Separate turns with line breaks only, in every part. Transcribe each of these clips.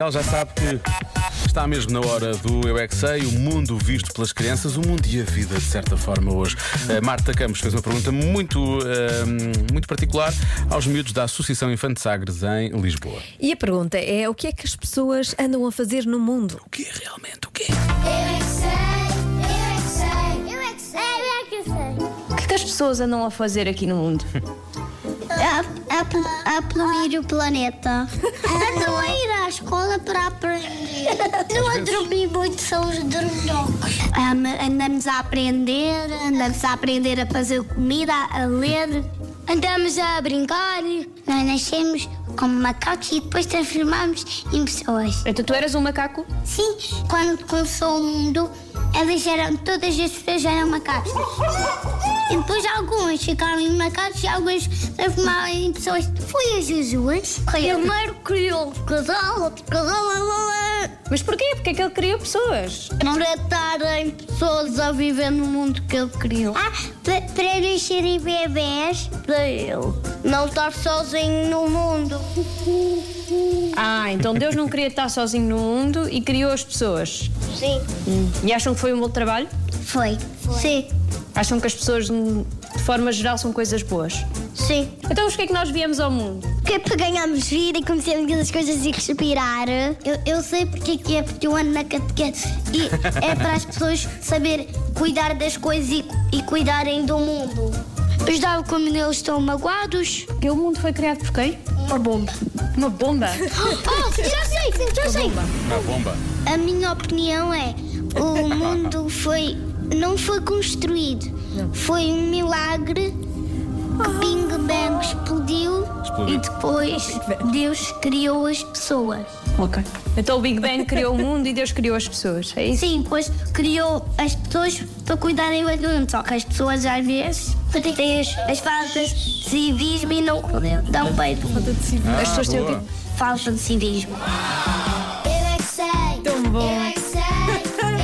Ela já sabe que está mesmo na hora do Eu É Que Sei, o mundo visto pelas crianças, o mundo e a vida, de certa forma, hoje. A Marta Campos fez uma pergunta muito, eh, muito particular aos miúdos da Associação Infante Sagres em Lisboa.
E a pergunta é: o que é que as pessoas andam a fazer no mundo?
O que é realmente? O que é?
Eu é que sei, eu é que sei, eu é que sei, eu é que sei.
O que, é que as pessoas andam a fazer aqui no mundo?
A, poluir o planeta. Andam a ir à escola para aprender. Não a dormir muito, são os dorminhocos. andamos a aprender, andamos a aprender a fazer comida, a ler. Andamos a brincar. Nós nascemos como macacos e depois transformamos em pessoas.
Então tu eras um macaco?
Sim, quando começou o mundo, elas eram, todas as pessoas eram macacos. E depois alguns ficaram em macacos e alguns transformaram em pessoas. Foi a Jesus. Primeiro criou o casal, outro casal, lá, lá, lá.
Mas porquê? Porque é que ele criou pessoas?
Para estarem pessoas a viver no mundo que ele criou. Ah, para, para nascerem bebês. Para ele. Não estar sozinho no mundo.
Ah, então Deus não queria estar sozinho no mundo e criou as pessoas.
Sim.
E acham que foi um bom trabalho?
Foi. Sim.
Acham que as pessoas, hum, de forma geral, são coisas boas?
Sim.
Então, mas o que é que nós viemos ao mundo?
Que é para ganharmos vida e conhecermos as coisas e respirar. Eu, eu sei porque é que é, porque eu ando na catequese. E é para as pessoas saber cuidar das coisas e, e cuidarem do mundo. Ajudar como eles estão magoados.
Porque o mundo foi criado por quem?
Uma bomba.
Uma bomba.
Oh, já sei, já sei.
Uma Ah, bomba.
A minha opinião é o mundo foi não foi construído. Foi um milagre que Big Bang explodiu,
Explodiu.
e depois Deus criou as pessoas.
ok. Então o Big Bang criou o mundo e Deus criou as pessoas. É isso?
Sim, pois criou as pessoas para cuidarem do adulto. Só que as pessoas às vezes têm as, as faltas de civismo e não dão bem do mundo.
Ah,
As pessoas têm o
boa.
quê?
Falta de civismo. Eu é que sei.
Tão bom. eu é
que sei.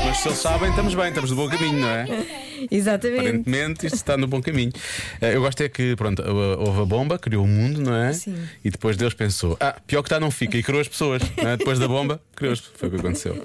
Mas se eles sabem, estamos bem, estamos no bom caminho, não é?
Exatamente.
Aparentemente, isto está no bom caminho. Eh, Eu gosto é que, pronto, houve a bomba, criou o mundo, não é?
Sim.
E depois Deus pensou, ah, pior que está, não fica, e criou as pessoas. não é? Depois da bomba, criou as pessoas. Foi o que aconteceu.